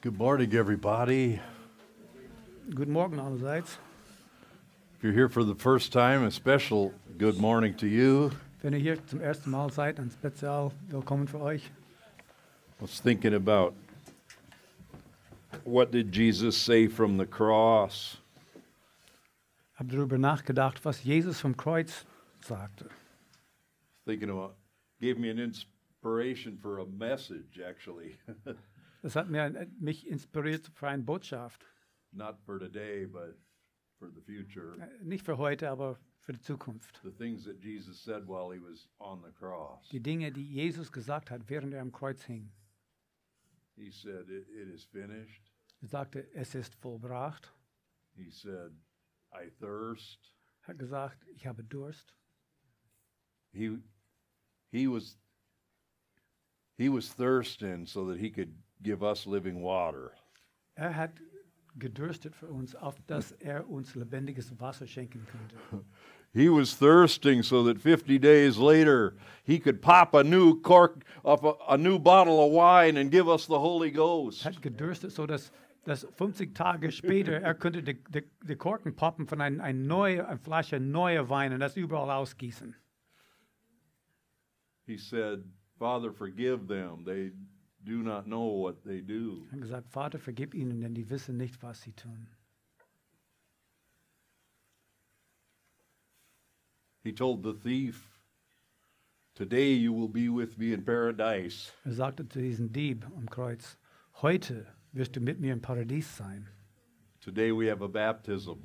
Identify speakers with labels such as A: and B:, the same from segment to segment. A: Good morning, everybody.
B: Guten Morgen allerseits.
A: If you're here for the first time, a special good morning to you.
B: Wenn ihr hier zum ersten Mal seid, ein Spezial willkommen für euch.
A: I was thinking about what did Jesus say from the cross?
B: Hab darüber nachgedacht, was Jesus vom Kreuz sagte.
A: Thinking about gave me an inspiration for a message, actually,
B: Das hat mir, mich inspiriert für eine Botschaft.
A: not for today, but for the future.
B: Nicht für heute, aber für die Zukunft.
A: The things that Jesus said while he was on the cross.
B: Die Dinge, die Jesus gesagt hat, während er am Kreuz hing.
A: He said, "It, it is finished."
B: Er sagte, es ist vollbracht.
A: He said, "I thirst."
B: Hat gesagt, ich habe Durst.
A: he he was he was thirsting so that he could give us living water
B: Er hat gedürstet für uns, auf dass er uns lebendiges Wasser schenken könnte.
A: he was thirsting so that 50 days later he could pop a new cork off a, a new bottle of wine and give us the holy ghost
B: hat gedürstet, so dass, dass 50 Tage später er könnte die, die, die Korken poppen von einer ein neue eine Flasche neuer Wein und das überall ausgießen.
A: he said father forgive them they do not know what they do
B: Er hat gesagt, Vater, vergib ihnen, denn die wissen nicht, was sie tun.
A: he told the thief today you will be with me in paradise
B: Er sagte zu diesem Dieb am Kreuz, heute wirst du mit mir im Paradies sein.
A: today we have a baptism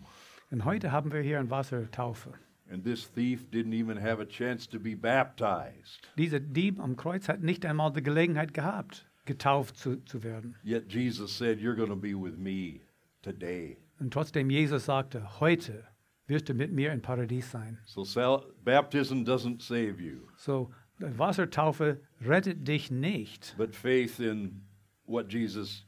B: Und heute haben wir hier ein Wassertaufe.
A: and this thief didn't even have a chance to be baptized
B: Dieser Dieb am Kreuz hat nicht einmal die Gelegenheit gehabt, getauft zu, zu werden.
A: Yet Jesus said, You're going to be with me today.
B: Und trotzdem Jesus sagte, heute wirst du mit mir im Paradies sein.
A: So sal- baptism doesn't save you,
B: So, die Wassertaufe rettet dich nicht,
A: but faith in what Jesus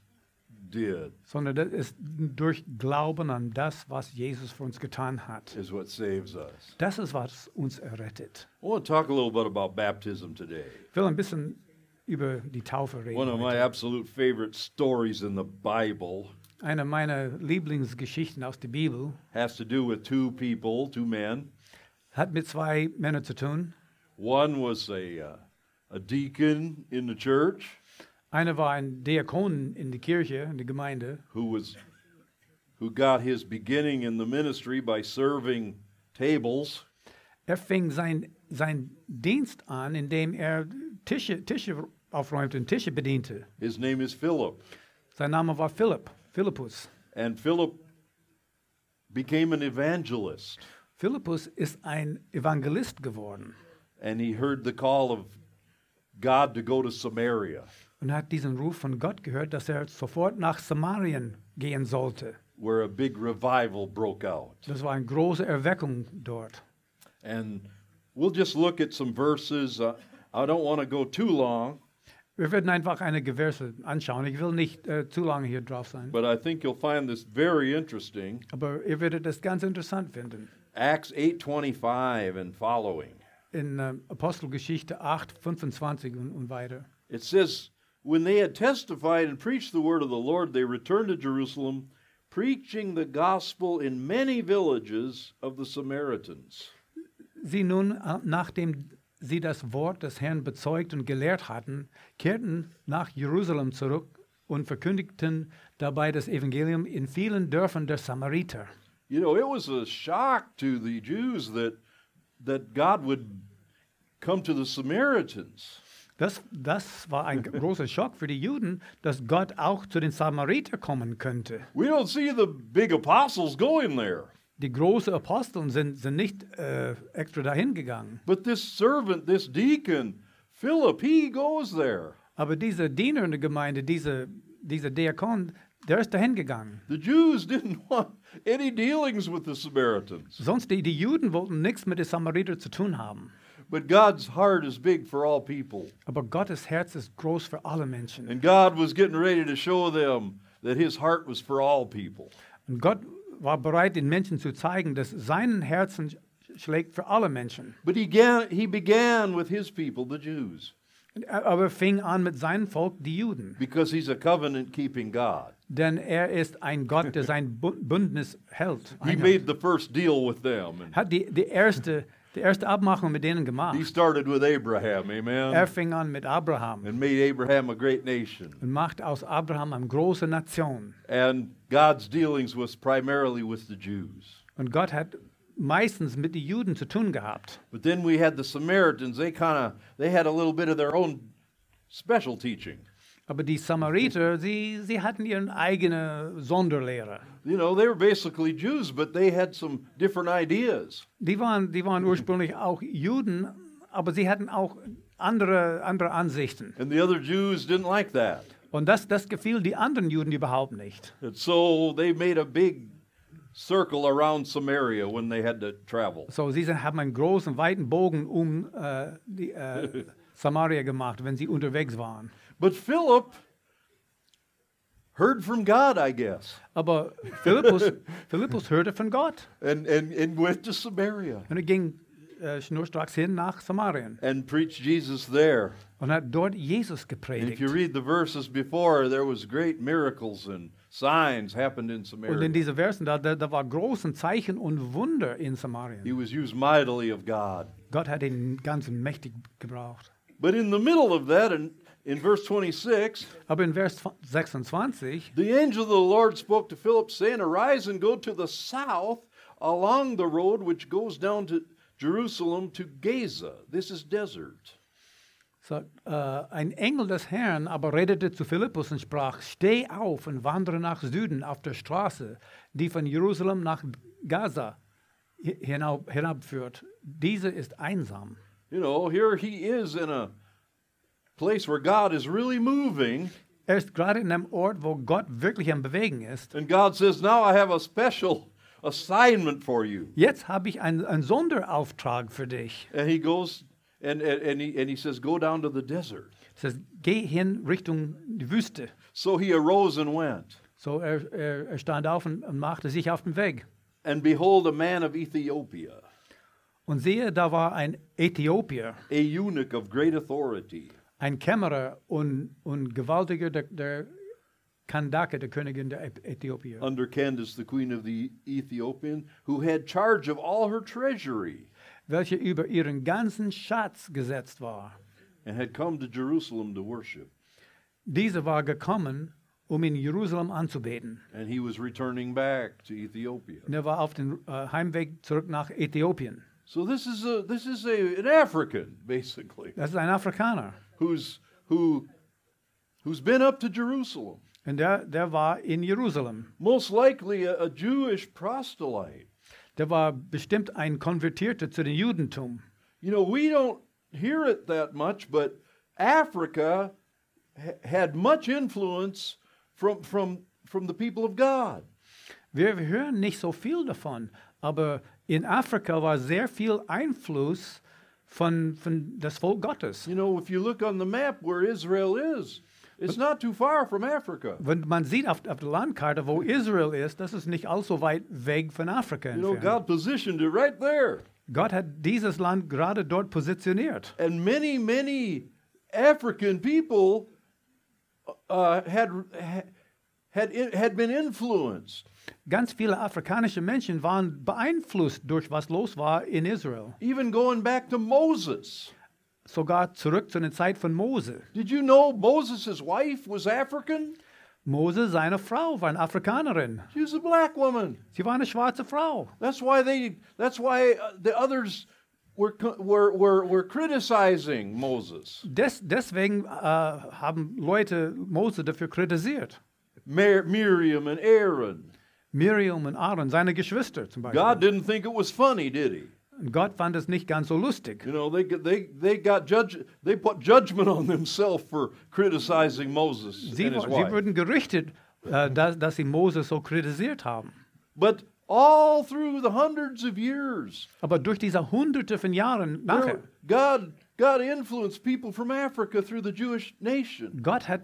A: did
B: sondern das ist durch Glauben an das, was Jesus für uns getan hat.
A: is what saves us.
B: Das ist, was uns errettet.
A: I want to talk a little bit about baptism today.
B: Ich will ein bisschen über die Taufe
A: One of
B: reden.
A: my absolute favorite stories in the Bible
B: Eine meiner Lieblingsgeschichten aus der Bibel
A: has to do with two people, two men.
B: hat mit zwei Männern zu tun.
A: One was a, uh, a deacon in the church
B: Einer war ein Diakon in der Kirche, in der Gemeinde.
A: who was who got his beginning in the ministry by serving tables
B: Er fing seinen sein Dienst an, indem er Tische, Tische aufräumte und Tische bediente.
A: His name is Philip.
B: Sein Name war Philipp, Philippus.
A: And Philip became an evangelist.
B: Philippus ist ein Evangelist geworden
A: And he heard the call of God to go to Samaria,
B: und hat diesen Ruf von Gott gehört, dass er sofort nach Samarien gehen sollte.
A: where a big revival broke out.
B: Das war eine große Erweckung dort.
A: And we'll just look at some verses. Uh, I don't want to go too long,
B: Wir werden einfach einige Verse anschauen. Ich will nicht äh, zu lange hier drauf sein,
A: but I think you'll find this very interesting.
B: aber ihr werdet das ganz interessant finden.
A: Acts 8:25 and following.
B: In äh, Apostelgeschichte 8, 25 und, und weiter.
A: It says, When they had testified and preached the word of the Lord, they returned to Jerusalem, preaching the gospel in many villages of the Samaritans.
B: Sie nun, äh, nachdem sie das Wort des Herrn bezeugt und gelehrt hatten, kehrten nach Jerusalem zurück und verkündigten dabei das Evangelium in vielen Dörfern der Samariter.
A: You know, it was a shock to the Jews that that God would come to the Samaritans.
B: Das, das war ein großer Schock für die Juden, dass Gott auch zu den Samariter kommen könnte.
A: We don't see the big apostles going there.
B: Die großen Aposteln sind, sind nicht äh, extra dahin gegangen.
A: But this servant, this deacon, Philip, he goes there.
B: Aber dieser Diener in der Gemeinde, dieser, dieser Diakon, der ist dahin gegangen.
A: The Jews didn't want any dealings with the Samaritans.
B: Sonst die, die Juden wollten nichts mit den Samaritern zu tun haben.
A: But God's heart is big for all people.
B: Aber Gottes Herz ist groß für alle Menschen.
A: And God was getting ready to show them that his heart was for all people.
B: Und Gott war bereit, den Menschen zu zeigen, dass sein Herzen sch- schlägt für alle Menschen.
A: But he began, he began with his people, the Jews.
B: Aber fing an mit seinem Volk, die Juden.
A: because he's a covenant keeping God.
B: Denn er ist ein Gott, der sein Bu- Bündnis hält.
A: He made the first deal with them. And
B: Hat die, die, erste, die erste Abmachung mit denen gemacht.
A: he started with Abraham, amen,
B: Er fing an mit Abraham
A: and made Abraham a great nation.
B: und macht aus Abraham eine große Nation.
A: And God's dealings was primarily with the Jews.
B: Und Gott hat meistens mit den Juden zu tun gehabt.
A: But then we had the Samaritans, they kind of they had a little bit of their own special teaching.
B: Aber die Samariter, sie, sie hatten ihre eigene Sonderlehre.
A: You know, they were basically Jews, but they had some different ideas.
B: Die waren, die waren ursprünglich auch Juden, aber sie hatten auch andere, andere Ansichten.
A: And the other Jews didn't like that.
B: Und das, das gefiel die anderen Juden überhaupt nicht.
A: And so they made a big circle around Samaria when they had to travel.
B: So, sie sind, haben einen großen, weiten Bogen um äh, die, äh, Samaria gemacht, wenn sie unterwegs waren.
A: But Philip heard from God, I guess,
B: Aber Philippus, Philippus hörte von Gott
A: and, and, and went to Samaria
B: und er ging äh, schnurstracks hin nach Samarien
A: and preached Jesus there.
B: und hat dort Jesus
A: And if you
B: gepredigt.
A: read the verses before, there was great miracles and signs happened in
B: Und in
A: Samaria.
B: diesen Versen, da, da, da war großen Zeichen und Wunder in Samarien.
A: He was used mightily of God.
B: Gott hat ihn ganz mächtig gebraucht.
A: But in the middle of that, in, in verse 26,
B: Aber in Vers 26,
A: The angel of the Lord spoke to Philip, saying, Arise and go to the south along the road which goes down to Jerusalem to Gaza. This is desert.
B: sagt, äh, ein Engel des Herrn aber redete zu Philippus und sprach, steh auf und wandere nach Süden auf der Straße, die von Jerusalem nach Gaza hi- hinab, hinabführt. Diese ist einsam.
A: You know, here he is in a place where God is really moving,
B: Er ist gerade in einem Ort, wo Gott wirklich am Bewegen ist.
A: and God says, Now I have a special assignment for you.
B: Jetzt habe ich einen, einen Sonderauftrag für dich.
A: And he goes and, and, and, he, and he says, Go down to the desert.
B: Es heißt, geh hin Richtung die Wüste.
A: So he arose and went.
B: So er, er, er stand auf und, und machte sich auf den Weg.
A: And behold, a man of Ethiopia,
B: Und siehe, da war ein Äthiopier,
A: a eunuch of great authority.
B: ein Kämmerer und, und Gewaltiger der, der Kandake, der Königin der Ä- Äthiopier.
A: under Candace, the queen of the Ethiopian, who had charge of all her treasury,
B: welcher über ihren ganzen Schatz gesetzt war.
A: and had come to Jerusalem to worship.
B: Dieser war gekommen, um in Jerusalem anzubeten.
A: And he was returning back to Ethiopia.
B: Und er war auf dem äh, Heimweg zurück nach Äthiopien.
A: So this is a this is a an African basically
B: Das ist ein Afrikaner.
A: who's who who's been up to Jerusalem,
B: Und der, der war in Jerusalem.
A: most likely a, a Jewish proselyte.
B: Der war bestimmt ein Konvertierter zu dem Judentum.
A: You know, we don't hear it that much, but Africa ha- had much influence from from from the people of God.
B: Wir hören nicht so viel davon, aber in Afrika war sehr viel Einfluss von, von das Volk Gottes.
A: You know, if you look on the map where Israel is, it's not too far from Africa.
B: Wenn man sieht auf, auf der Landkarte, wo Israel ist, das ist nicht allzu weit weg von Afrika
A: You know, God
B: entfernt.
A: positioned it right there.
B: Gott hat dieses Land gerade dort positioniert.
A: And many, many African people uh, had, had, had been influenced.
B: Ganz viele afrikanische Menschen waren beeinflusst durch was los war in Israel.
A: Even going back to Moses.
B: Sogar zurück zu der Zeit von Mose.
A: Did you know Moses' wife was African?
B: Mose, seine Frau, war eine Afrikanerin.
A: She was a black woman.
B: Sie war eine schwarze Frau.
A: That's why they. That's why uh, the others were, co- were, were, were criticizing Moses.
B: Des, deswegen äh, haben Leute Mose dafür kritisiert.
A: Mir- Miriam and Aaron.
B: Miriam und Aaron, seine Geschwister zum Beispiel.
A: God didn't think it was funny, did he?
B: Und Gott fand es nicht ganz so lustig.
A: You know, they they they got judge they put judgment on themselves for criticizing Moses
B: Sie,
A: and his
B: wo-
A: wife.
B: sie wurden gerichtet, äh, dass, dass sie Mose so kritisiert haben.
A: But all through the hundreds of years,
B: Aber durch diese Hunderte von Jahren
A: you know,
B: nachher,
A: God God influenced people from Africa through the Jewish nation.
B: Gott hat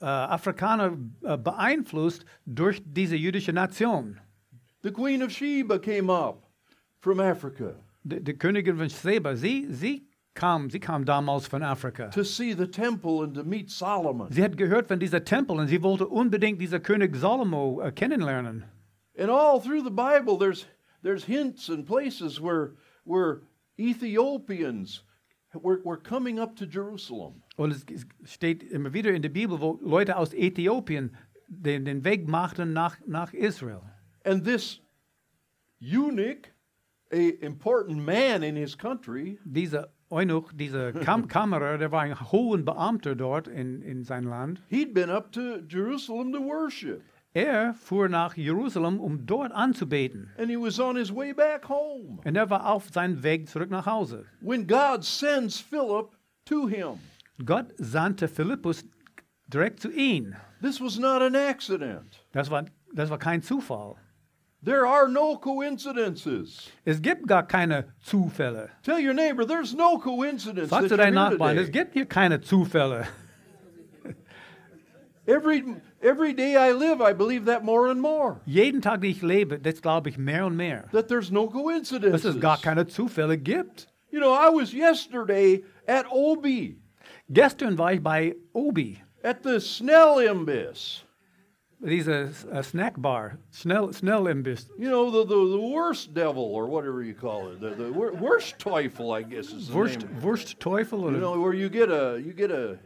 B: äh, Afrikaner äh, beeinflusst durch diese jüdische Nation.
A: The Queen of Sheba came up from Africa.
B: Die, die Königin von Seba, sie, sie kam, sie kam damals von Afrika.
A: to see the temple and to meet Solomon.
B: Sie hat gehört von dieser Tempel und sie wollte unbedingt dieser König Salomo äh, kennenlernen.
A: And all through the Bible, there's, there's hints and places where, where Ethiopians were, were coming up to Jerusalem.
B: Und es es steht immer wieder in der Bibel, wo Leute aus Äthiopien den, den Weg machten nach, nach Israel.
A: And this eunuch, a important man in his country,
B: Dieser Eunuch, dieser Kam Kammerer, der war ein hohen Beamter dort in, in seinem Land.
A: he'd been up to Jerusalem to worship.
B: Er fuhr nach Jerusalem, um dort anzubeten.
A: And he was on his way back home
B: Und er war auf seinem Weg zurück nach Hause.
A: when God sends Philip to him.
B: Gott sandte Philippus direkt zu ihm.
A: This was not an accident.
B: Das war, das war kein Zufall.
A: There are no coincidences.
B: Es gibt gar keine Zufälle.
A: Tell your neighbor, there's no coincidence. that
B: Sag zu
A: you're
B: deinen
A: here
B: Nachbarn, es
A: today.
B: gibt hier keine Zufälle.
A: Every every day I live, I believe that more and more.
B: Jeden Tag, den ich lebe, das glaube ich mehr und mehr,
A: That there's no coincidences.
B: dass es gar keine Zufälle gibt.
A: You know, I was yesterday at Obi
B: Gestern war ich bei Obi,
A: at the Snell Imbiss.
B: dieser äh, Snackbar, schnell, schnell im Biss.
A: You know, the, the, the worst devil or whatever you call it. The, the wor- worst Teufel, I guess is the
B: Wurst,
A: name.
B: Wurst Teufel
A: You
B: oder
A: know, where you get a you get a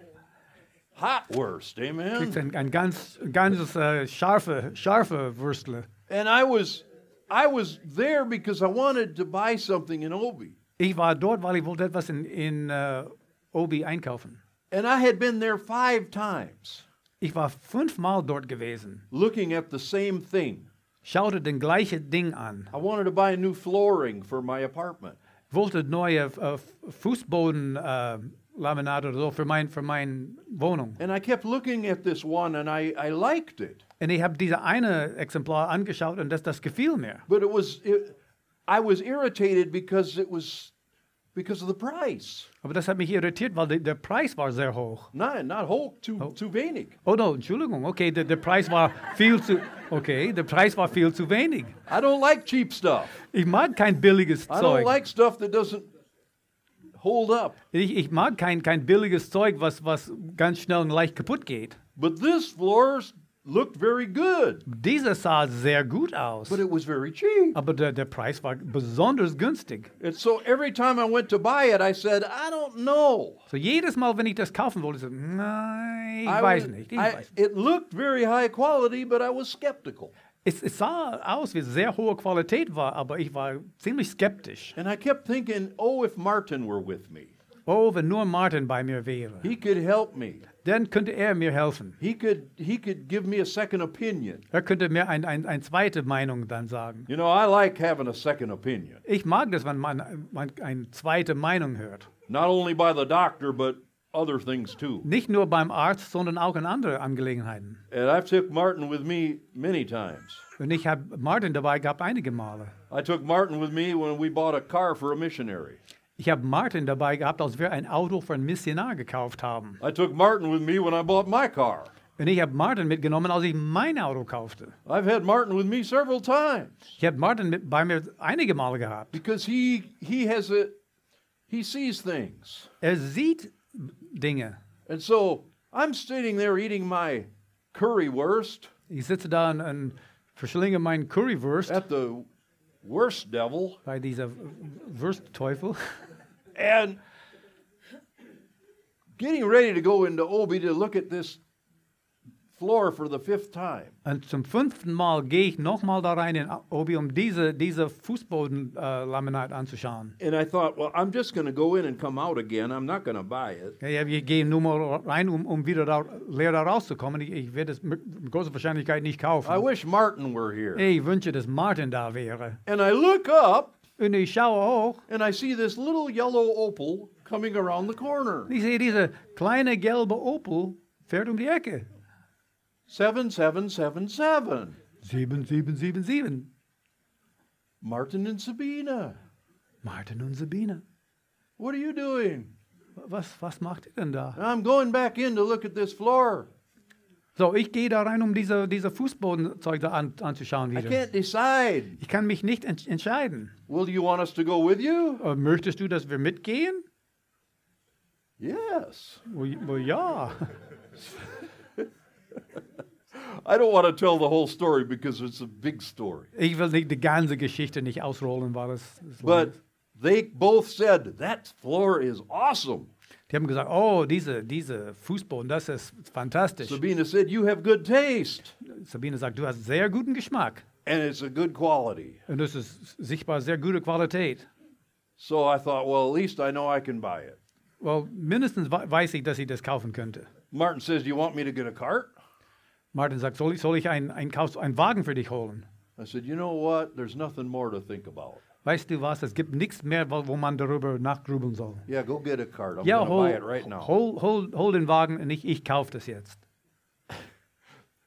A: hot worst,
B: kriegst
A: amen.
B: ein, ein ganz, ganzes äh, scharfe, scharfe Würstle.
A: And I was I was there because I wanted to buy something in Obi.
B: Ich war dort, weil ich wollte etwas in, in äh, Obi einkaufen.
A: And I had been there five times
B: Ich war fünfmal dort gewesen,
A: looking at the same thing.
B: schaute den gleichen Ding an,
A: I wanted to buy new flooring for my apartment.
B: wollte neue äh, Fußboden äh, Laminat oder so für mein für meine Wohnung.
A: And I kept looking at this one and I, I liked it.
B: Und ich habe diese eine Exemplar angeschaut und das, das gefiel mir.
A: But it was it, I was irritated because it was because of the price.
B: Aber das hat mich irritiert, weil der, der Preis war sehr hoch.
A: Not not whole too too wenig.
B: Oh no, Entschuldigung, okay, der, der Preis war viel zu okay, der Preis war viel zu wenig.
A: I don't like cheap stuff.
B: Ich mag kein billiges
A: I don't
B: Zeug.
A: like stuff that doesn't hold up.
B: ich, ich mag kein, kein billiges Zeug, was, was ganz schnell und leicht kaputt geht.
A: But this floor looked very good,
B: Dieser sah sehr gut aus,
A: but it was very cheap.
B: aber der, der Preis war besonders günstig.
A: And so every time I went to buy it, I said, I don't know.
B: So jedes Mal, wenn ich das kaufen wollte, so, nein, ich
A: I
B: weiß
A: was-
B: nicht. Ich
A: I-
B: weiß nicht.
A: It looked very high quality, but I was skeptical.
B: Es, es sah aus, wie sehr hohe Qualität war, aber ich war ziemlich skeptisch.
A: And I kept thinking, oh, if Martin were with me,
B: Oh, wenn nur Martin bei mir wäre,
A: he could help me.
B: dann könnte er mir helfen.
A: He could he could give me a second opinion.
B: Er könnte mir eine ein, ein zweite Meinung dann sagen.
A: You know, I like having a second opinion,
B: Ich mag das, wenn man, man eine zweite Meinung hört.
A: not only by the doctor but other things too.
B: Nicht nur beim Arzt, sondern auch in anderen Angelegenheiten.
A: And I've took Martin with me many times.
B: Und ich habe Martin dabei gehabt einige Male.
A: I took Martin with me when we bought a car for a missionary.
B: Ich habe Martin dabei gehabt, als wir ein Auto für einen Missionar gekauft haben.
A: I took Martin with me when I bought my car.
B: Und ich habe Martin mitgenommen, als ich mein Auto kaufte.
A: I've had Martin with me several times
B: Ich habe Martin mit, bei mir einige Male gehabt.
A: because he he has a he sees things.
B: Er sieht Dinge.
A: And so I'm sitting there eating my currywurst
B: Ich sitze da und, und verschlinge meinen Currywurst
A: at the worst devil,
B: bei dieser Wurstteufel
A: and getting ready to go into Obi to look at this floor for the fifth time.
B: und zum fünften Mal gehe ich nochmal da rein in Obi, um diese, diese Fußbodenlaminat äh, Laminat anzuschauen.
A: And I thought, well, I'm just going to go in and come out again. I'm not going to buy it.
B: Ja, ja, wir gehen nur mal rein, um, um wieder da, leer da rauszukommen. Ich, ich werde es mit großer Wahrscheinlichkeit nicht
A: I
B: kaufen.
A: wish Martin were here.
B: Ich wünsche, dass Martin da wäre.
A: And I look up
B: Und ich schaue hoch
A: and I see this little yellow opal coming around the corner.
B: und ich sehe diese kleine gelbe Opel fährt um die Ecke.
A: 7777.
B: 7777.
A: Martin and Sabina.
B: Martin und Sabine.
A: What are you doing?
B: Was, was macht ihr denn da?
A: I'm going back in to look at this floor.
B: So, ich gehe da rein, um diese, diese Fußbodenzeug da an, anzuschauen
A: I
B: wieder.
A: can't decide.
B: Ich kann mich nicht ents- entscheiden.
A: Will you want us to go with you?
B: Äh, möchtest du, dass wir mitgehen?
A: Yes.
B: Well, y- well ja.
A: I don't want to tell the whole story because it's a big story.
B: Ich will nicht die ganze Geschichte nicht ausrollen, weil es. es lang
A: But
B: ist.
A: they both said, That floor is awesome.
B: die haben gesagt, oh, diese, diese Fußboden, das ist fantastisch.
A: Sabina said, You have good taste
B: Sabine sagt, du hast sehr guten Geschmack.
A: and it's a good quality.
B: Und das ist sichtbar sehr gute Qualität.
A: So I thought, Well, at least I know I can buy it.
B: Well, mindestens we- weiß ich, dass ich das kaufen könnte.
A: Martin says, You want me to get a cart?
B: Martin sagt, soll ich, soll ich einen, einen, Kauf, einen Wagen für dich holen?
A: I said, You know what? There's nothing more to think about.
B: Weißt du was, es gibt nichts mehr, wo, wo man darüber nachgrübeln soll.
A: Yeah, go get a cart. I'm
B: Ja,
A: going to
B: hol,
A: buy it right now.
B: hol, hol, hol den Wagen und ich, ich kaufe das jetzt.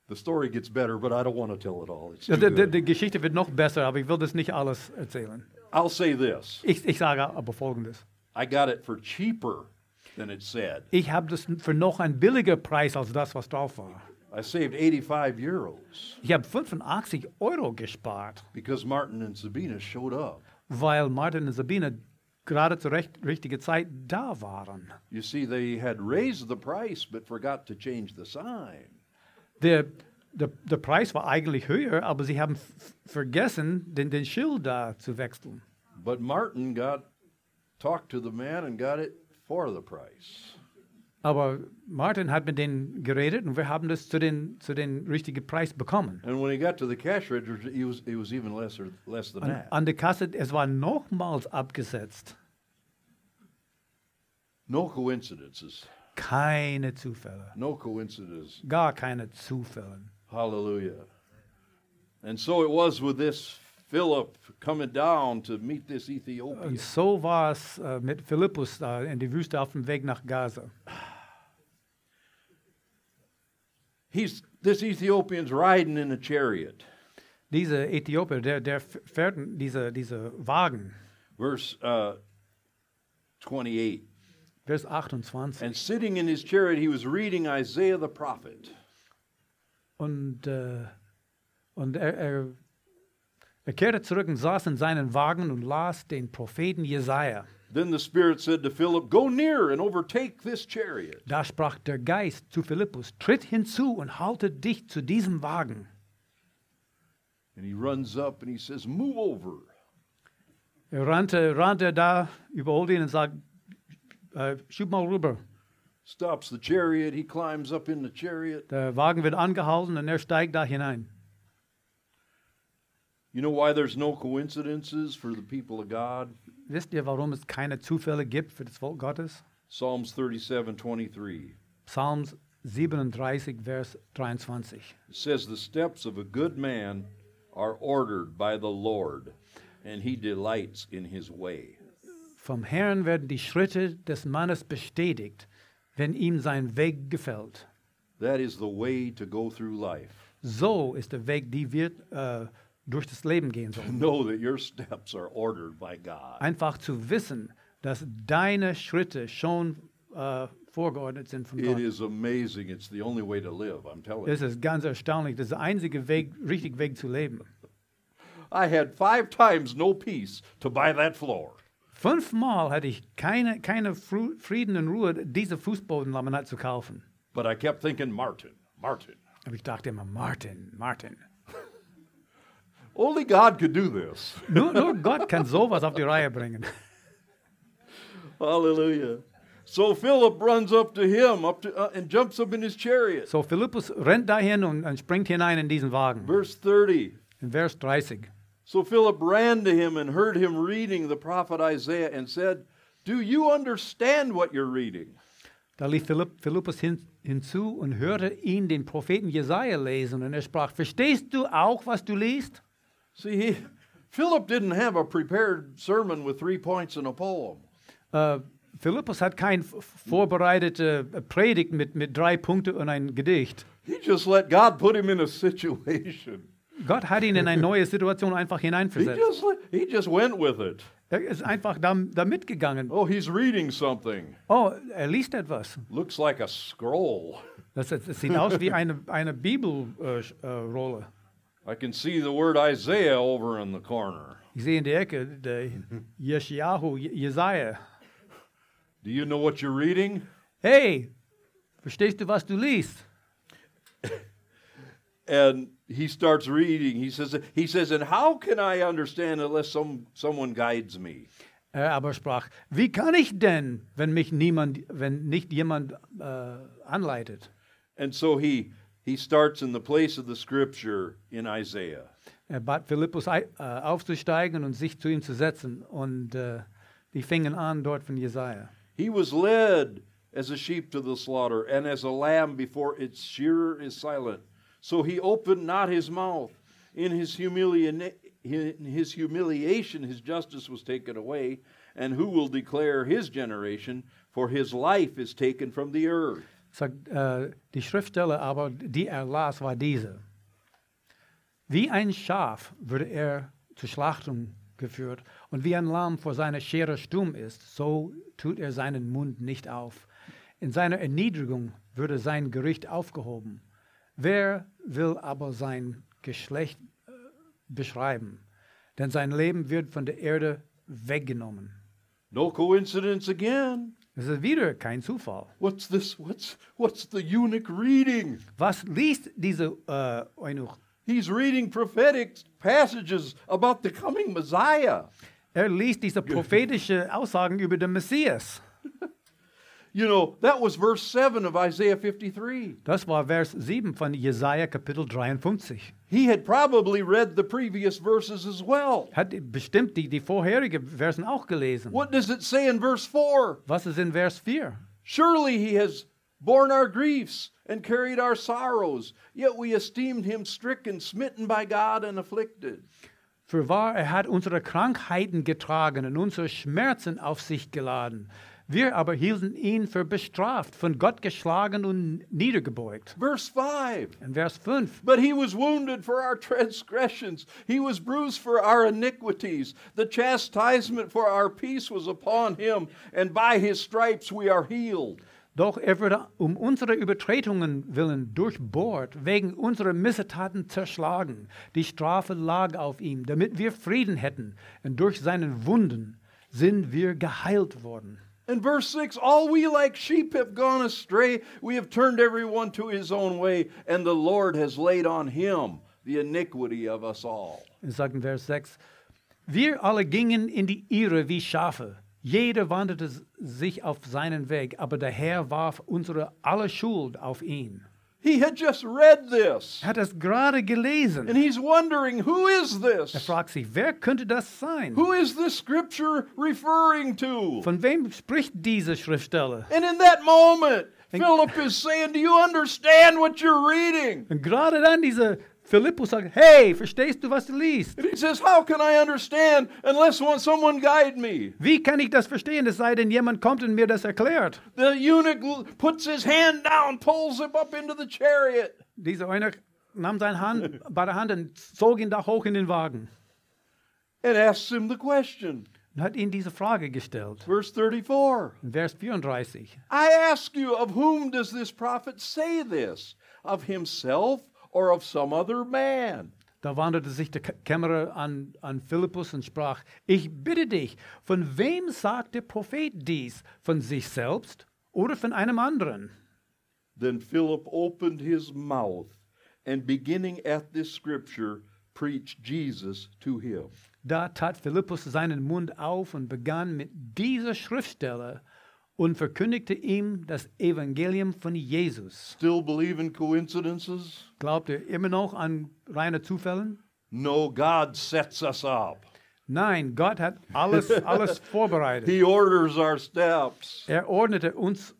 A: The story gets better, but I don't want to tell it all. It's
B: Ja,
A: too
B: die, die,
A: good.
B: die Geschichte wird noch besser, aber ich will das nicht alles erzählen.
A: I'll say this
B: Ich, ich sage aber Folgendes.
A: I got it for cheaper than it said.
B: Ich habe das für noch einen billiger Preis als das, was drauf war.
A: I saved 85 euros
B: Ich habe 85 Euro gespart,
A: because Martin and Sabina showed up.
B: weil Martin und Sabine gerade zur recht, richtigen Zeit da waren.
A: You see, they had raised the price but forgot to change the sign.
B: Der, der, der Preis war eigentlich höher, aber sie haben f- vergessen, den, den Schild da zu wechseln.
A: But Martin got talked to the man and got it for the price.
B: Aber Martin hat mit denen geredet und wir haben das zu den, zu den richtigen Preis bekommen.
A: And when he got to the cash register, it was, it was even less, or, less than
B: An,
A: that.
B: an der Kasse, es war nochmals abgesetzt.
A: No coincidences.
B: Keine Zufälle.
A: No coincidences.
B: Gar keine Zufälle.
A: Hallelujah. And so it was with this Philip coming down to meet this Ethiopian.
B: Und so war es äh, mit Philippus da in die Wüste auf dem Weg nach Gaza.
A: He's this Ethiopian's riding in a chariot.
B: Dieser Äthiopier, der, der f- fährt diese, diese Wagen,
A: Verse uh, 28.
B: Vers 28.
A: And sitting in his chariot, he was reading Isaiah the prophet.
B: Und, äh, und er, er, er kehrte zurück und saß in seinen Wagen und las den Propheten Jesaja.
A: Then the Spirit said to Philip, Go near and overtake this chariot.
B: Da sprach der Geist zu Philippus: Tritt hinzu und halte dich zu diesem Wagen.
A: And he runs up and he says, Move over.
B: Er rannte, rannte da, überholte ihn und sagt: äh, Schub mal rüber.
A: Stops the chariot. He climbs up in the chariot.
B: Der Wagen wird angehalten und er steigt da hinein.
A: You know why there's no coincidences for the people of God?
B: Wisst ihr, warum es keine Zufälle gibt für das Volk Gottes?
A: Psalms 37:23
B: Psalms 37, Vers 23.
A: It says, The steps of a good man are ordered by the Lord, and he delights in his way.
B: Vom Herrn werden die Schritte des Mannes bestätigt, wenn ihm sein Weg gefällt.
A: That is the way to go through life.
B: So ist der Weg, die wir äh, durch das Leben gehen sollen.
A: know that your steps are ordered by God.
B: Einfach zu wissen, dass deine Schritte schon äh, vorgeordnet sind von
A: It
B: Gott.
A: is amazing. It's the only way to live, I'm telling you.
B: Es ist ganz erstaunlich, das ist der einzige Weg, richtig Weg zu leben.
A: I had five times no peace to buy that floor.
B: Fünfmal hatte ich keine, keine Fru Frieden und Ruhe, diese Fußbodenlaminat zu kaufen.
A: But I kept thinking, Martin, Martin.
B: Aber ich dachte immer, Martin, Martin.
A: Only God could do this.
B: Nur, nur Gott kann sowas auf die Reihe bringen.
A: Hallelujah. So Philip runs up to him up to, uh, and jumps up in his chariot.
B: So, Philippus rennt dahin und, und springt hinein in diesen Wagen.
A: Verse 30.
B: In Vers 30.
A: So Philip ran to him and heard him reading the prophet Isaiah and said, Do you understand what you're reading?
B: Da lief Philipp, Philippus hin, hinzu und hörte ihn den Propheten Jesaja lesen. Und er sprach: Verstehst du auch, was du liest?
A: See, he, Philip didn't have a prepared sermon with three points and a poem.
B: Äh, Philippus hat keine vorbereitete äh, Predigt mit, mit drei Punkten und ein Gedicht.
A: He just let God put him in a situation.
B: Gott hat ihn in eine neue Situation einfach
A: He
B: hineinversetzt.
A: just let- he just went with it.
B: Er ist einfach da, da mitgegangen.
A: Oh, he's reading something.
B: Oh, er liest etwas.
A: Looks like a scroll.
B: Das, das das sieht aus wie eine, eine Bibelrolle. Äh, Sch- äh, Rolle.
A: I can see the word Isaiah over in the corner.
B: ich sehe in der Ecke der Jeschiahu, Je- Jesaja.
A: Do you know what you're reading?
B: Hey, verstehst du, was du liest?
A: And he starts reading. He says, he says, and how can I understand unless some, someone guides me?
B: Er aber sprach, wie kann ich denn, wenn mich niemand, wenn nicht jemand äh, anleitet?
A: And so he, he starts in the place of the scripture in Isaiah.
B: Er bat Philippus ei- äh, aufzusteigen und sich zu ihm zu setzen. Und äh, die fingen an dort von Jesaja.
A: He was led as a sheep to the slaughter, and as a lamb before its shearer is silent. So he opened not his mouth. In his, humili- in his humiliation, his justice was taken away. And who will declare his generation? For his life is taken from the earth.
B: Sagt, äh, die Schriftstelle aber, die er las, war diese. Wie ein Schaf würde er zur Schlachtung geführt und wie ein Lamm vor seiner Schere stumm ist, so tut er seinen Mund nicht auf. In seiner Erniedrigung würde sein Gericht aufgehoben. Wer will aber sein Geschlecht äh, beschreiben? Denn sein Leben wird von der Erde weggenommen.
A: No coincidence again.
B: Es ist wieder kein Zufall.
A: What's this? What's, what's the eunuch reading?
B: Was liest diese äh, Eunuch?
A: He's reading prophetic passages about the coming Messiah.
B: Er liest diese prophetische Aussagen über den Messias.
A: You know, that was verse 7 of Isaiah 53.
B: Das war Vers 7 von Jesaja Kapitel 53.
A: He had probably read the previous verses as well.
B: Hat bestimmt die, die vorherigen Versen auch gelesen.
A: What does it say in verse 4?
B: Was ist in Vers 4?
A: Surely he has borne our griefs and carried our sorrows, yet we esteemed him stricken, smitten by God, and afflicted.
B: Für wahr, er hat unsere Krankheiten getragen und unsere Schmerzen auf sich geladen. Wir aber hielten ihn für bestraft, von Gott geschlagen und niedergebeugt.
A: Verse 5
B: In Vers 5.
A: But he was wounded for our transgressions, he was bruised for our iniquities. The chastisement for our peace was upon him, and by his stripes we are healed.
B: Doch er wurde um unsere Übertretungen willen durchbohrt, wegen unserer Missetaten zerschlagen. Die Strafe lag auf ihm, damit wir Frieden hätten. Und durch seinen Wunden sind wir geheilt worden.
A: In verse 6, all we like sheep have gone astray. We have turned everyone to his own way, and the Lord has laid on him the iniquity of us all.
B: Es sagt in Vers 6, wir alle gingen in die Irre wie Schafe. Jeder wanderte s- sich auf seinen Weg, aber der Herr warf unsere alle Schuld auf ihn.
A: He had just read this,
B: Er hat es gerade
A: and
B: gelesen.
A: he's wondering who is
B: Er
A: this?
B: fragt sich, wer könnte das sein?
A: Who is this scripture referring to?
B: Von wem spricht diese Schriftstelle?
A: And in that moment,
B: Thank-
A: Philip is saying, Do you understand what you're reading?
B: Und gerade dann dieser Philippus sagt, hey, verstehst du, was du liest?
A: And he says, How can I understand unless one, someone guide me?
B: Wie kann ich das verstehen, es sei denn, jemand kommt und mir das erklärt?
A: The eunuch l- puts his hand down, pulls him up into the chariot.
B: Dieser Eunuch nahm seine Hand bei der Hand und zog ihn da hoch in den Wagen
A: and asks him the question.
B: und hat ihm diese Frage gestellt.
A: Verse 34
B: In Vers 34.
A: I ask you, of whom does this prophet say this? Of himself or of some other man?
B: Da wanderte sich der Kä- Kämmerer an, an Philippus und sprach, ich bitte dich, von wem sagt der Prophet dies? Von sich selbst oder von einem anderen?
A: Then Philip opened his mouth and, beginning at this scripture, preached Jesus to him.
B: Da tat Philippus seinen Mund auf und begann mit dieser Schriftstelle und verkündigte ihm das Evangelium von Jesus.
A: Still believe in coincidences?
B: Glaubt ihr immer noch an reine Zufälle?
A: No, God sets us up.
B: Nein, Gott hat alles, alles vorbereitet.
A: He orders our steps.
B: Er ordnete uns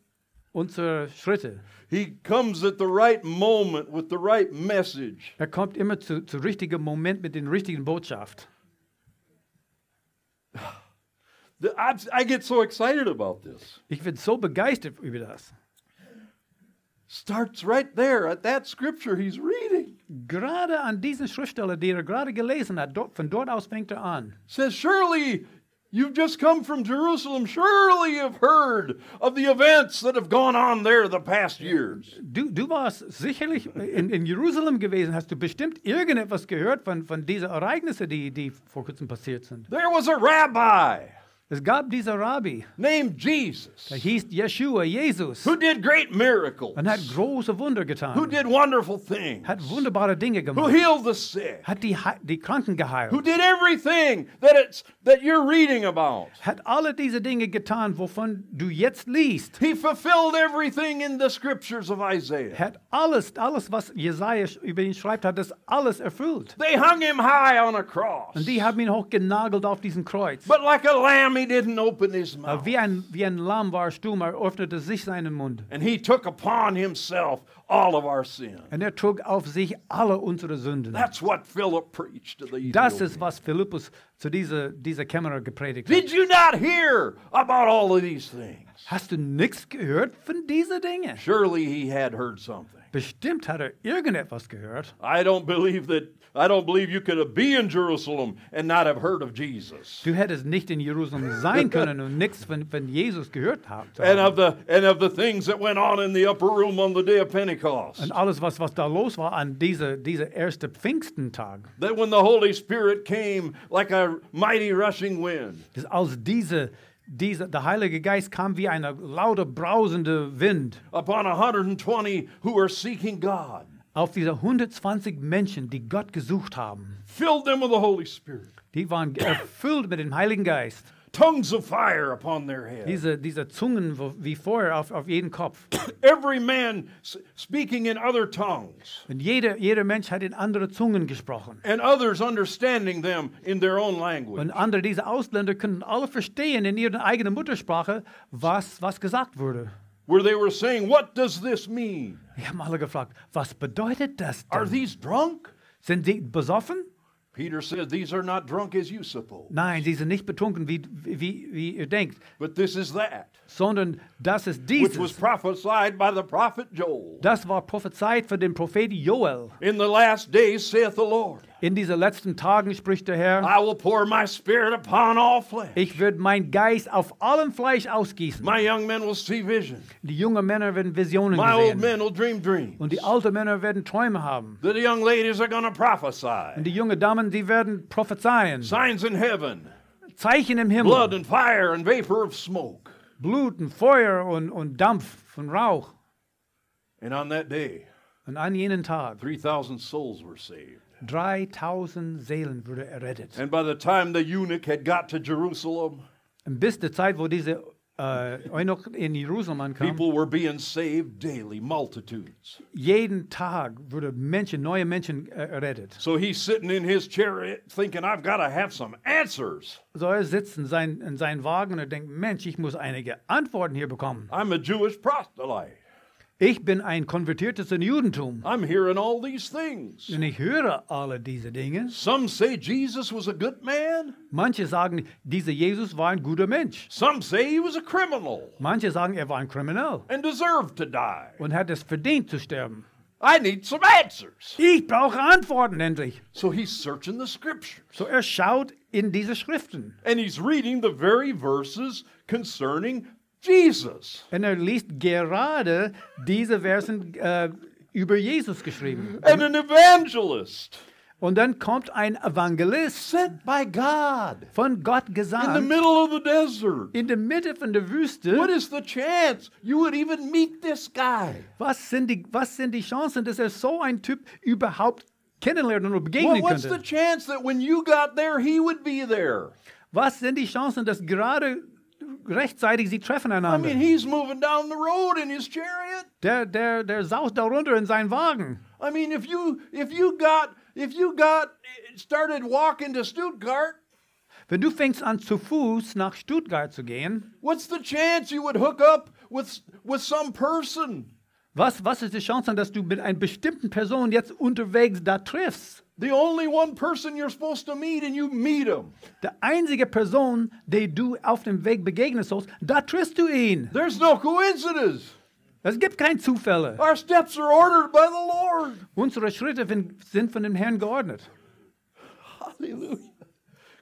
B: unsere Schritte.
A: He comes at the right moment with the right message.
B: Er kommt immer zu, zu richtigen Moment mit den richtigen Botschaft.
A: The- I, I get so excited about this.
B: Ich bin so begeistert über das.
A: starts right there at that scripture he's reading.
B: Gerade an diesen Schriftsteller, die er gerade gelesen hat, dort, von dort aus fängt er an.
A: Says, Surely you've just come from Jerusalem. Surely you've heard of the events that have gone on there the past years.
B: Du, du warst sicherlich in, in Jerusalem gewesen, hast du bestimmt irgendetwas gehört von, von diesen Ereignissen, die, die vor kurzem passiert sind.
A: There was a rabbi
B: Es gab dieser Rabbi,
A: named Jesus
B: der hieß Yeshua, Jesus,
A: who did great miracles,
B: und hat große Wunder getan,
A: who did wonderful things,
B: hat wunderbare Dinge
A: who
B: gemacht,
A: healed the sick,
B: hat die, Hei- die Kranken
A: who
B: geheilt,
A: did everything that it's that you're reading about.
B: hat alle diese Dinge getan, wovon du jetzt liest.
A: He fulfilled everything in the scriptures of Isaiah.
B: hat alles, alles, was Jesaja sch- über ihn schreibt, hat das alles erfüllt.
A: They hung him high on a cross.
B: Und die haben ihn hochgenagelt auf diesem Kreuz.
A: But like a lamb, he didn't open his
B: Aber
A: mouth.
B: wie ein, wie ein Lamm war er stumm, er öffnete sich seinen Mund.
A: And he took upon himself all of our sin.
B: Und er trug auf sich alle unsere Sünden.
A: That's what Philip preached to the
B: Das
A: Ethiopians.
B: ist, was Philippus zu dieser, dieser Kämmerer gepredigt hat.
A: Did you not hear about all of these things?
B: Hast du nichts gehört von diesen Dingen?
A: Surely he had heard something.
B: Bestimmt hat er irgendetwas gehört.
A: I don't believe that I don't believe you could be in Jerusalem and not have heard of Jesus.
B: Du hättest nicht in Jerusalem sein können und nichts von, von Jesus gehört haben.
A: And of the and of the things that went on in the upper room on the day of Pentecost.
B: Und alles, was, was da los war an dieser, dieser ersten Pfingstentag.
A: That when the Holy Spirit came like a mighty rushing wind,
B: dass aus diese, diese, der Heilige Geist kam wie ein lauter, brausender Wind
A: upon 120 who were seeking God,
B: auf diese 120 Menschen, die Gott gesucht haben.
A: filled them with the Holy Spirit,
B: Die waren erfüllt mit dem Heiligen Geist.
A: tongues of fire upon their heads,
B: Diese, diese Zungen wo- wie Feuer auf, auf jeden Kopf.
A: every man s- speaking in other tongues,
B: Und jeder, jeder Mensch hat in andere Zungen gesprochen.
A: and others understanding them in their own language.
B: Und andere, diese Ausländer, konnten alle verstehen in ihrer eigenen Muttersprache, was, was gesagt wurde.
A: Where they were saying, What does this mean?
B: Die haben alle gefragt, was bedeutet das
A: Are
B: denn?
A: these drunk?
B: Sind sie besoffen?
A: Peter said, These are not drunk as you suppose,
B: Nein, sie sind nicht betrunken, wie, wie, wie ihr denkt.
A: but this is that,
B: sondern das ist
A: which was
B: dieses.
A: prophesied by the prophet Joel.
B: Das war prophezeit von dem Prophet Joel.
A: In the last days, saith the Lord,
B: In diesen letzten Tagen spricht der Herr,
A: I will pour my spirit upon all flesh.
B: ich würde meinen Geist auf allem Fleisch ausgießen.
A: My young men will see vision.
B: Die jungen Männer werden Visionen
A: My old
B: sehen.
A: men will dream dreams.
B: Und die alten Männer werden Träume haben.
A: The young ladies are going to
B: Und
A: prophesy.
B: die jungen Damen, die werden prophezeien.
A: Signs in heaven,
B: Zeichen im Himmel.
A: blood and fire and vapor of smoke.
B: Blut und Feuer und, und Dampf von Rauch.
A: And on that day,
B: Und an jenem Tag,
A: 3,000 souls were saved.
B: 3000 Seelen wurden errettet.
A: And by the time the eunuch had got to Jerusalem,
B: Und bis zur Zeit, wo diese äh, Eunuch in Jerusalem ankam,
A: people were being saved daily, multitudes.
B: Jeden Tag wurde Menschen, neue Menschen äh, errettet.
A: So he's sitting in his chariot thinking, I've got to have some answers.
B: So er sitzt in, sein, in seinen Wagen und er denkt, Mensch, ich muss einige Antworten hier bekommen.
A: I'm a Jewish proselyte.
B: Ich bin ein Konvertiertes in Judentum.
A: I'm hearing all these things.
B: Und ich höre alle diese Dinge.
A: Some say Jesus was a good man,
B: Manche sagen, dieser Jesus war ein guter Mensch.
A: some say he was a criminal.
B: Manche sagen, er war ein Kriminell
A: and deserve to die.
B: und hat es verdient zu sterben.
A: I need some answers.
B: Ich brauche Antworten endlich.
A: So he's searching the scripture
B: So er schaut in diese Schriften
A: and he's reading the very verses concerning Jesus.
B: und er liest gerade diese Versen äh, über Jesus geschrieben.
A: And an evangelist
B: Und dann kommt ein Evangelist,
A: sent by God
B: von Gott
A: in the
B: gesandt,
A: middle of the desert.
B: in der Mitte von der
A: What
B: Wüste.
A: is the chance you would even meet this guy?
B: Was sind die, was sind die Chancen, dass er so einen Typ überhaupt kennenlernen oder
A: Well,
B: begegnen
A: what's the
B: könnte?
A: chance that when you got there, he would be there?
B: Was sind die Chancen, dass gerade rechtzeitig sie treffen
A: I mean,
B: einander?
A: he's moving down the road in his chariot.
B: Der, der, der saust da runter in seinen Wagen.
A: I mean, if you if you got if you got started walking to Stuttgart,
B: Wenn du fängst an, zu Fuß nach Stuttgart zu gehen,
A: What's the chance you would hook up with with some person?
B: was, was ist die Chance, dass du mit einer bestimmten Person jetzt unterwegs da triffst?
A: The only one person you're supposed to meet and you meet him.
B: Die einzige Person, der du auf dem Weg begegnet sollst, da triffst du ihn.
A: There's no coincidence.
B: Es gibt keine Zufälle.
A: Our steps are ordered by the Lord.
B: Unsere Schritte fin- sind von dem Herrn geordnet.
A: Hallelujah.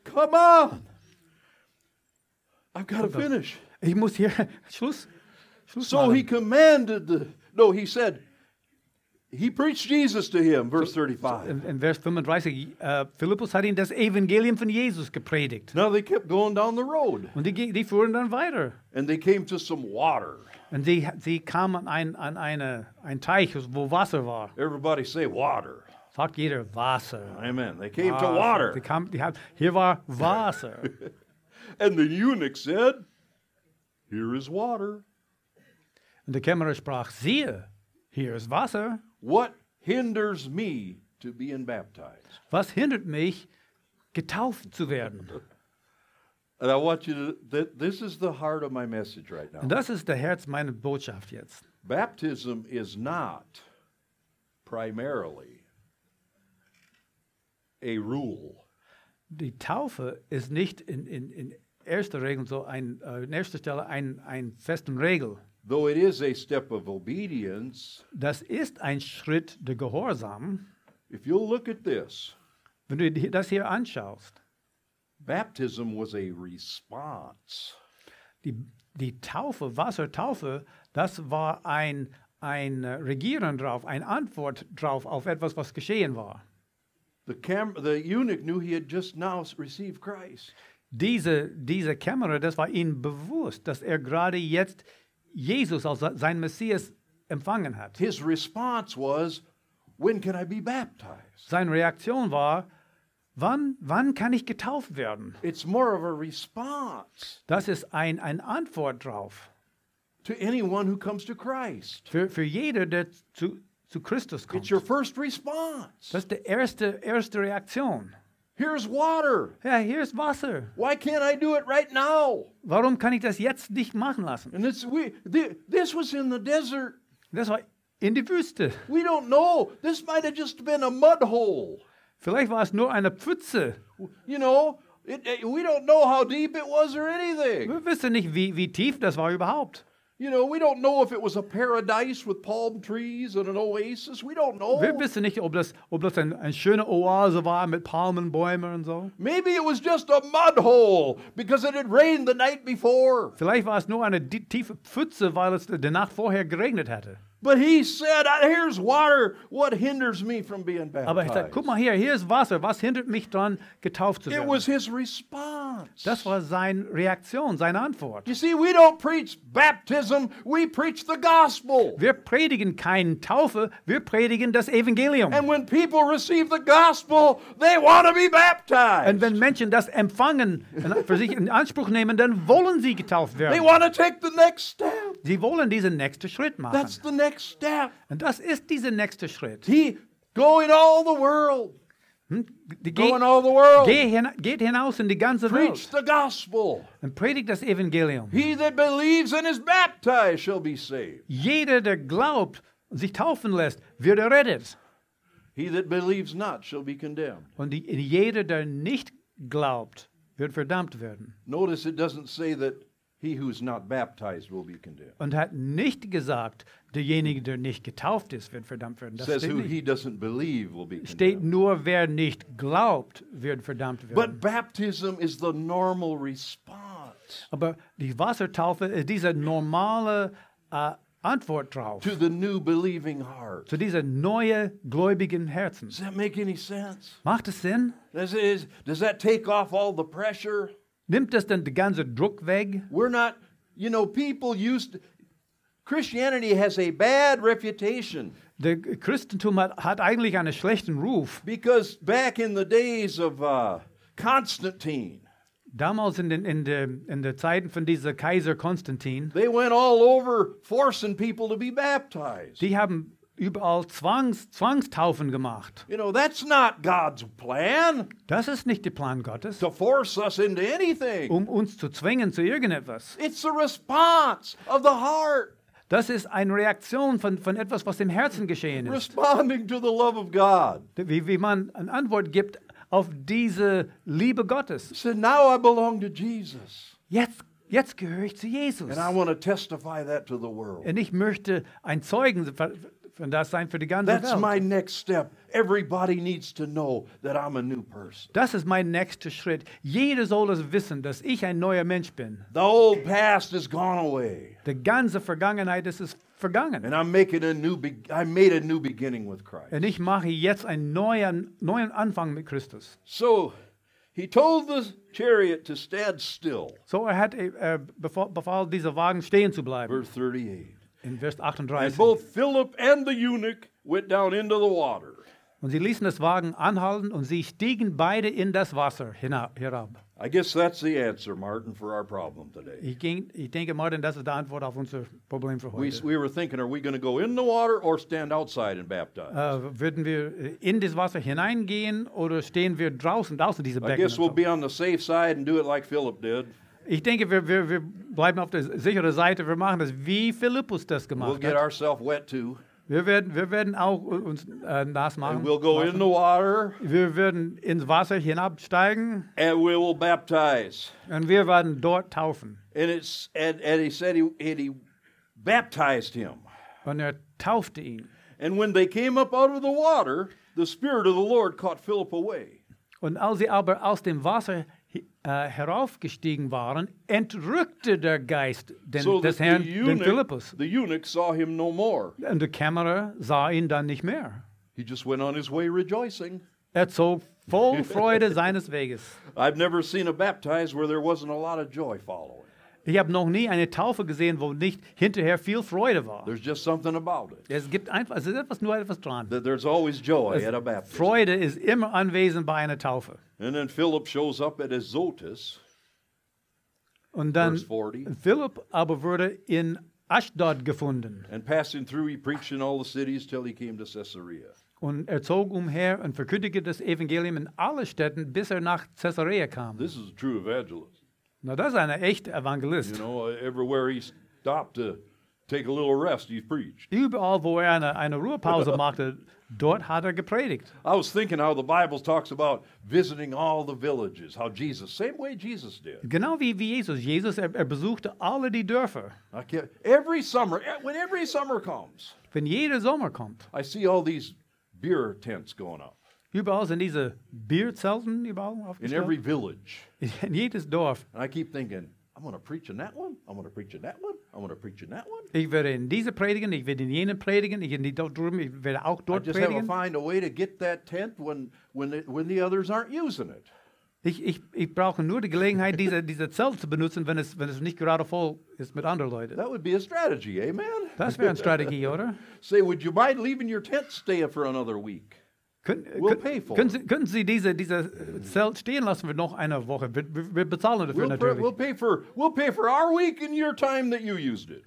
A: Come on. I've got to finish.
B: Ich muss hier Schluss. Schluss
A: So
B: machen.
A: he commanded the No, he said He preached Jesus to him, verse
B: In,
A: 35.
B: in Vers 35, äh, Philippus hat ihm das Evangelium von Jesus gepredigt.
A: Now they kept going down the road
B: Und die, ge- die fuhren dann weiter.
A: and they came to some water.
B: Und sie, sie kamen an, ein, an eine, einen Teich, wo Wasser war.
A: Everybody say water.
B: Sagt jeder, Wasser.
A: Amen. Ah, They came to
B: Wasser. Sie
A: water.
B: kamen, die haben, hier war Wasser.
A: And the eunuch said, Here is water.
B: Und der Kämmerer sprach, siehe, hier ist Wasser.
A: What hinders me to being baptized?
B: Was hindert mich, getauft zu werden?
A: And I want you to, that this is the heart of my message right now.
B: Und das ist der Herz meiner Botschaft jetzt.
A: Baptism is not primarily a rule.
B: Die Taufe ist nicht in, in, in erster Regel so ein, äh, in erster Stelle ein, ein festen Regel.
A: Though it is a step of obedience,
B: Das ist ein Schritt der Gehorsam.
A: if you'll look at this,
B: Wenn du dir das hier anschaust,
A: baptism was a response.
B: die, die Taufe, Wassertaufe, das war ein, ein äh, Regieren drauf, eine Antwort drauf auf etwas, was geschehen war.
A: The, cam- the eunuch knew he had just now s- received Christ.
B: Diese, diese Kämmerer, das war ihnen bewusst, dass er gerade jetzt Jesus als se- sein Messias empfangen hat.
A: His response was, When can I be baptized?
B: Seine Reaktion war, wann, wann kann ich getauft werden?
A: It's more of a response
B: Das ist ein, eine Antwort drauf
A: to anyone who comes to Christ.
B: für, für jeder, der zu, zu Christus kommt.
A: It's your first response.
B: Das ist die erste, erste Reaktion.
A: Here's water.
B: Ja, hier ist Wasser.
A: Why can't I do it right now?
B: Warum kann ich das jetzt nicht machen lassen?
A: And it's we thi- this was in the desert.
B: Das war in die Wüste.
A: We don't know. This might have just been a mud hole.
B: Vielleicht war es nur eine Pfütze.
A: You know, it, it- we don't know how deep it was or anything.
B: Wir wissen nicht, wie, wie tief das war überhaupt.
A: You know, we don't know if it was a paradise with palm trees and an oasis. We don't
B: Wir
A: know.
B: wissen nicht, ob das, ob das ein, eine schöne Oase war mit Palmenbäumen und so.
A: Maybe it was just a mud hole because it had rained the night before.
B: Vielleicht war es nur eine di- tiefe Pfütze, weil es die Nacht vorher geregnet hatte.
A: But he said, "Uh, "Here's water. What hinders me from being
B: Aber ich sag,
A: baptized?"
B: guck mal hier, hier ist Wasser. Was hindert mich dran, getauft zu
A: It
B: werden?
A: was his response.
B: das war seine Reaktion, seine Antwort.
A: You see, we don't preach baptism, we preach the gospel.
B: Wir predigen keine Taufe, wir predigen das Evangelium.
A: And when people receive the gospel, they want to be baptized.
B: Und wenn Menschen das empfangen, und für sich in Anspruch nehmen, dann wollen sie getauft
A: they
B: werden.
A: want to take the next step.
B: Sie wollen diesen nächsten Schritt machen.
A: That's the next step.
B: Und das ist dieser nächste Schritt.
A: He go in all the world.
B: Hm? Die
A: Go in
B: Ge
A: all the world.
B: geh hin geht hinaus in die ganze
A: Preach
B: Welt
A: the gospel.
B: und predigt das Evangelium.
A: He that believes and is baptized shall be saved.
B: Jeder, der glaubt und sich taufen lässt, wird errettet.
A: He that believes not shall be condemned.
B: Und die, jeder, der nicht glaubt, wird verdammt werden.
A: Notice it doesn't say that he who's not baptized will be condemned.
B: Und hat nicht gesagt, derjenige, der nicht getauft ist, wird verdammt werden.
A: It
B: Das
A: says
B: steht
A: who
B: nicht.
A: he doesn't believe will be condemned.
B: steht nur, wer nicht glaubt, wird verdammt werden.
A: But baptism is the normal response
B: Aber die Wassertaufe ist diese normale äh, Antwort drauf,
A: to the new believing heart.
B: zu dieser neue gläubigen Herzen.
A: Does that make any sense?
B: Macht es Sinn?
A: Does, it, is, does that take off all the pressure?
B: Nimmt das denn den ganzen Druck weg?
A: We're not, you know, people used Christianity has a bad reputation
B: Der Christentum hat, hat eigentlich einen schlechten Ruf.
A: because back in the days of uh, Constantine,
B: Damals in den in der, in der Zeiten von dieser Kaiser Konstantin,
A: they went all over forcing people to be baptized.
B: die haben überall Zwangs, Zwangstaufen gemacht.
A: You know, that's not God's plan
B: Das ist nicht der Plan Gottes,
A: to force us into anything.
B: um uns zu zwingen zu irgendetwas.
A: It's the response of the heart.
B: Das ist eine Reaktion von, von etwas, was im Herzen geschehen ist.
A: responding to the love of God.
B: Wie, wie man eine Antwort gibt auf diese Liebe Gottes.
A: He said, Now I belong to Jesus.
B: Jetzt, jetzt gehöre ich zu Jesus.
A: And I want to testify that to the world.
B: Und ich möchte ein Zeugen von- von das sein für die ganze
A: That's
B: Welt.
A: my next step. Everybody needs to know that I'm a new person.
B: das ist mein nächster Schritt. Jeder soll es wissen, dass ich ein neuer Mensch bin.
A: The old past is gone away.
B: Die ganze Vergangenheit ist es vergangen.
A: And I'm making a new be- I made a new beginning with Christ.
B: Und ich mache jetzt einen neuen, neuen Anfang mit Christus.
A: So he told the chariot to stand still.
B: So er hat äh, befahl, befahl, dieser Wagen stehen zu bleiben.
A: Verse 38.
B: In Vers
A: And
B: 38.
A: both Philip and the eunuch went down into the water.
B: Und sie ließen das Wagen anhalten und sie stiegen beide in das Wasser hina- herab.
A: I guess that's the answer, Martin, for our problem today.
B: Ich, ging, ich denke, Martin, das ist die Antwort auf unser Problem für
A: We,
B: heute.
A: we were thinking, are we going to go in the water or stand outside and baptize?
B: Äh, würden wir äh, in das Wasser hineingehen oder stehen wir draußen, draußen diese
A: I
B: Becken?
A: guess
B: und
A: we'll
B: so?
A: be on the safe side and do it like Philip did.
B: Ich denke, wir, wir, wir bleiben auf der sicheren Seite. Wir machen das, wie Philippus das
A: We'll
B: gemacht
A: get
B: hat.
A: ourselves wet too.
B: Wir werden, wir werden auch uns äh, nass machen.
A: And we'll go in the water
B: Wir werden ins Wasser hinabsteigen
A: and we will baptize.
B: und wir werden dort taufen.
A: And it's and, and he said he and he baptized him.
B: Und er taufte ihn.
A: And when they came up out of the water, the Spirit of the Lord caught Philip away.
B: Und als sie aber aus dem Wasser hi- äh, heraufgestiegen waren, entrückte der Geist den,
A: So that
B: des
A: the
B: Herrn, den
A: eunuch,
B: Philippus.
A: the eunuch saw him no more.
B: Und der Kämmerer sah ihn dann nicht mehr.
A: He just went on his way rejoicing.
B: Er zog voll Freude seines Weges.
A: I've never seen a baptized where there wasn't a lot of joy following.
B: Ich habe noch nie eine Taufe gesehen, wo nicht hinterher viel Freude war.
A: There's just something about it.
B: Es gibt einfach, es ist etwas, nur etwas dran.
A: That there's always joy at a baptism.
B: Freude ist immer anwesend bei einer Taufe.
A: And then Philip shows up at Azotus,
B: Und dann
A: verse 40.
B: Philipp aber wurde in Ashdod gefunden.
A: And passing through, he preached in all the cities till he came to Caesarea.
B: Und er zog umher und verkündigte das Evangelium in alle Städten, bis er nach Caesarea kam.
A: This is a true evangelist.
B: Na, das ist ein echter
A: You
B: Evangelist.
A: know, uh, everywhere he stopped to take a little rest, he preached.
B: Überall, wo er eine, eine Ruhepause machte, dort hat er gepredigt.
A: I was thinking how the Bible talks about visiting all the villages, how Jesus, same way Jesus did.
B: Genau wie, wie Jesus. Jesus, er, er besuchte alle die Dörfer.
A: I kept, every summer, eh, when every summer comes,
B: Wenn jeder Sommer kommt,
A: I see all these beer tents going up
B: überall sind diese Bierzelten überall
A: in
B: aufgestellt.
A: every village.
B: in jedes Dorf.
A: And I keep thinking, I'm going to preach in that one. I'm going to preach in that one. I'm going to preach in that one.
B: Ich werde in diese predigen, ich werde in jenen predigen, ich werde dort drüben, ich werde auch
A: I
B: dort
A: just have to
B: predigen.
A: find a way to get that tent when when it, when the others aren't using it.
B: Ich, ich, ich brauche nur die Gelegenheit, diese, diese Zelt zu benutzen, wenn es, wenn es nicht gerade voll ist mit anderen Leuten.
A: That would be a strategy, amen.
B: Das wäre eine Strategie, oder?
A: Say, would you mind leaving your tent stay for another week?
B: Können,
A: We'll
B: können-
A: pay for
B: können,
A: it.
B: Sie, können Sie diese, diese Zelt stehen lassen für noch eine Woche? Wir, wir, wir bezahlen dafür
A: We'll, per-
B: natürlich.
A: we'll pay for we'll pay for our week and your time that you used it.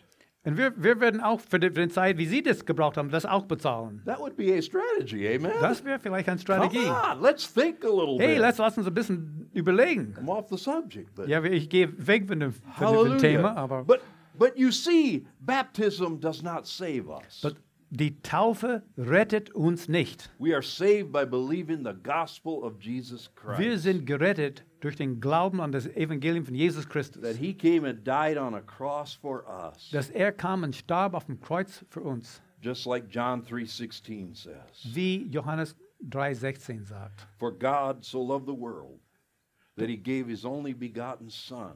B: Und wir, wir werden auch für die, für die Zeit, wie Sie das gebraucht haben, das auch bezahlen.
A: That would be a strategy, amen.
B: Das wäre vielleicht eine
A: Come
B: Strategie.
A: on, let's think a little
B: Hey,
A: bit.
B: lass, lass uns ein bisschen überlegen.
A: I'm off the subject, but
B: Ja, ich gehe weg von dem, von dem
A: hallelujah.
B: Thema, aber
A: but but you see, baptism does not save us.
B: but die Taufe rettet uns nicht.
A: We are saved by believing the gospel of Jesus Christ.
B: Wir sind gerettet durch den Glauben an das Evangelium von Jesus
A: that
B: Christus.
A: he came and died on a cross for us,
B: Dass er kam und starb auf dem Kreuz für uns,
A: just like John 3:16 says.
B: wie Johannes 3,16 sagt.
A: For God so loved the world that he gave his only begotten son,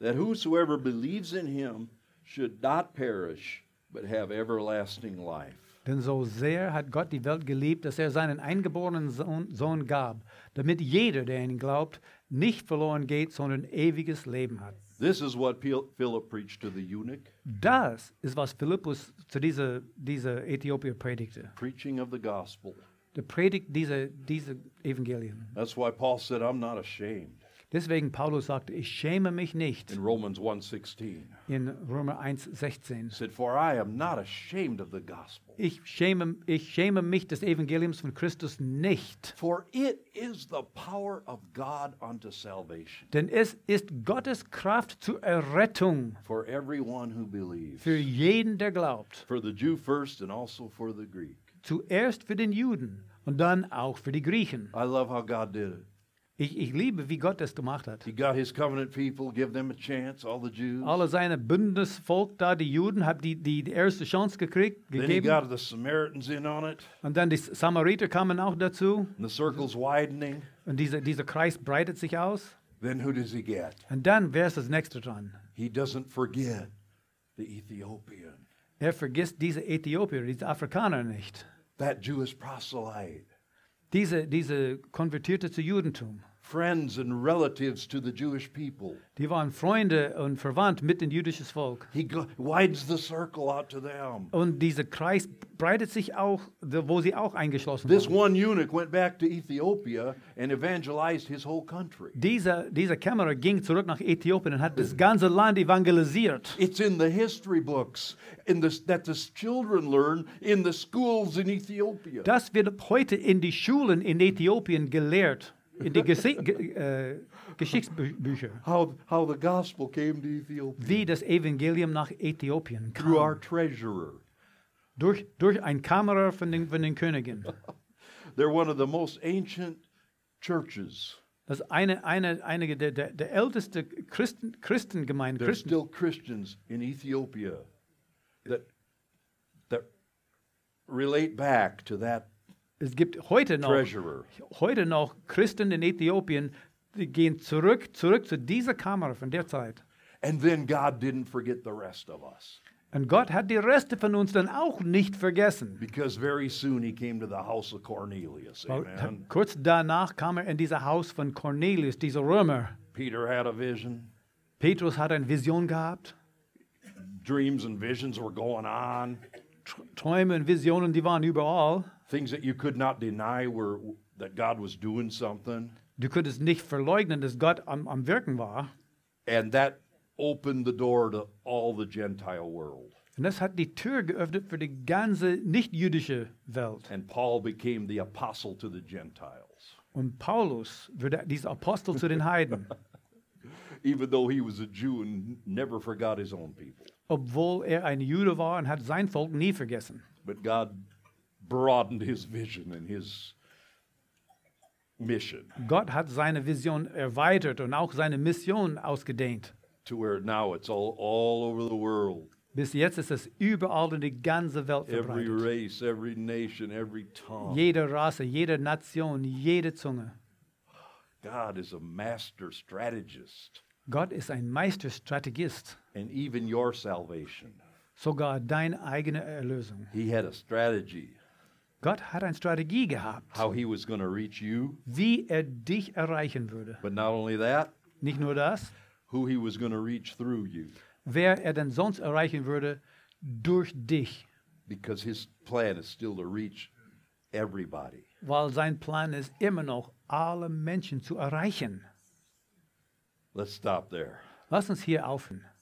A: that whosoever believes in him should not perish but have everlasting life.
B: Denn so sehr hat Gott die Welt geliebt, dass er seinen eingeborenen Sohn, Sohn gab, damit jeder, der an ihn glaubt, nicht verloren geht, sondern ewiges Leben hat.
A: This is what Phil- Philip preached to the eunuch,
B: Das ist, was Philippus zu dieser, dieser Äthiopier predigte.
A: preaching of the gospel.
B: Der predigt diese, diese Evangelium.
A: That's why Paul said, "I'm not ashamed."
B: Deswegen Paulus sagte, ich schäme mich nicht
A: In Romans 1:16,
B: in Römer 1,16.
A: he said, "For I am not ashamed of the gospel."
B: Ich schäme, ich schäme mich des Evangeliums von Christus nicht,
A: For it is the power of God unto salvation
B: denn es ist Gottes Kraft zur Errettung
A: for everyone who believes.
B: für jeden, der glaubt.
A: For the Jew first and also for the Greek.
B: Zuerst für den Juden und dann auch für die Griechen.
A: I love how God did it.
B: Ich, ich liebe, wie Gott das gemacht hat.
A: He got his covenant people, give them a chance, all the Jews.
B: Alle seine Bündnisvolk da, die Juden, haben die, die, die erste Chance gekriegt,
A: then he
B: gegeben.
A: got the Samaritans in on it,
B: Und dann die Samariter kamen auch dazu.
A: and the circle's widening.
B: Und dieser, dieser Kreis breitet sich aus.
A: Then who does he get?
B: Und dann wäre es das nächste dran.
A: He doesn't forget the Ethiopian.
B: Er vergisst diese Äthiopier, diese Afrikaner nicht.
A: that Jewish proselyte,
B: Diese, diese Konvertierte zu Judentum.
A: friends and relatives to the Jewish people.
B: Die waren Freunde und verwandt mit dem jüdischen Volk.
A: He go- widens the circle out to them.
B: Und dieser Kreis breitet sich auch, wo sie auch eingeschlossen
A: This
B: wurden.
A: one eunuch went back to Ethiopia and evangelized his whole country.
B: Dieser, dieser Kämmerer ging zurück nach Äthiopien und hat das ganze Land evangelisiert.
A: It's in the history books in the, that the children learn in the schools in Ethiopia.
B: Das wird heute in die Schulen in Äthiopien gelehrt, in die Gesi ge äh, Geschichtsbücher,
A: How, how the gospel came to Ethiopia
B: wie das Evangelium nach Äthiopien
A: through our
B: kam.
A: treasurer.
B: Durch, durch einen Kämmerer von den, von den Königen.
A: They're one of the most ancient churches.
B: Das ist eine, eine, einige der, der, der älteste Christen, Christengemeinde,
A: There's
B: Christen,
A: still Christians in Ethiopia that that relate back to that
B: Es gibt heute noch,
A: treasurer.
B: heute noch Christen in Äthiopien, die gehen zurück, zurück zu dieser Kamera von der Zeit.
A: And then God didn't forget the rest of us
B: Und Gott hat die Reste von uns dann auch nicht vergessen.
A: because very soon he came to the house of Cornelius.
B: Weil
A: Amen.
B: Kurz danach kam er in dieses Haus von Cornelius, dieser Römer.
A: Peter had a vision.
B: Petrus hat eine Vision gehabt.
A: Dreams and visions were going on.
B: Tr- Träume und Visionen, die waren überall.
A: Things that you could not deny were that God was doing something.
B: Du könntest nicht verleugnen, dass Gott am, am Wirken war.
A: And that opened the door to all the Gentile world.
B: Und das hat die Tür geöffnet für die ganze nicht-jüdische Welt.
A: And Paul became the apostle to the Gentiles.
B: Und Paulus wurde dieser Apostel zu den Heiden,
A: even though he was a Jew and never forgot his own people.
B: obwohl er ein Jude war und hat sein Volk nie vergessen.
A: But God broadened his vision and his mission
B: Gott hat seine Vision erweitert und auch seine Mission ausgedehnt.
A: to where now it's all, all over the world.
B: Bis jetzt ist es überall in die ganze Welt
A: Every
B: verbreitet.
A: race, every nation, every tongue.
B: Jede Rasse, jede Nation, jede Zunge.
A: God is a master strategist.
B: Gott ist ein Meisterstrategist,
A: And even your salvation.
B: sogar deine eigene Erlösung.
A: He had a strategy
B: Gott hat eine Strategie gehabt,
A: how he was going to reach you.
B: wie er dich erreichen würde.
A: But not only that,
B: Nicht nur das,
A: who he was going to reach through you.
B: wer er denn sonst erreichen würde, durch dich.
A: Because his plan is still to reach everybody.
B: Weil sein Plan ist immer noch, alle Menschen zu erreichen.
A: Let's stop there.
B: Lass uns hier aufhören.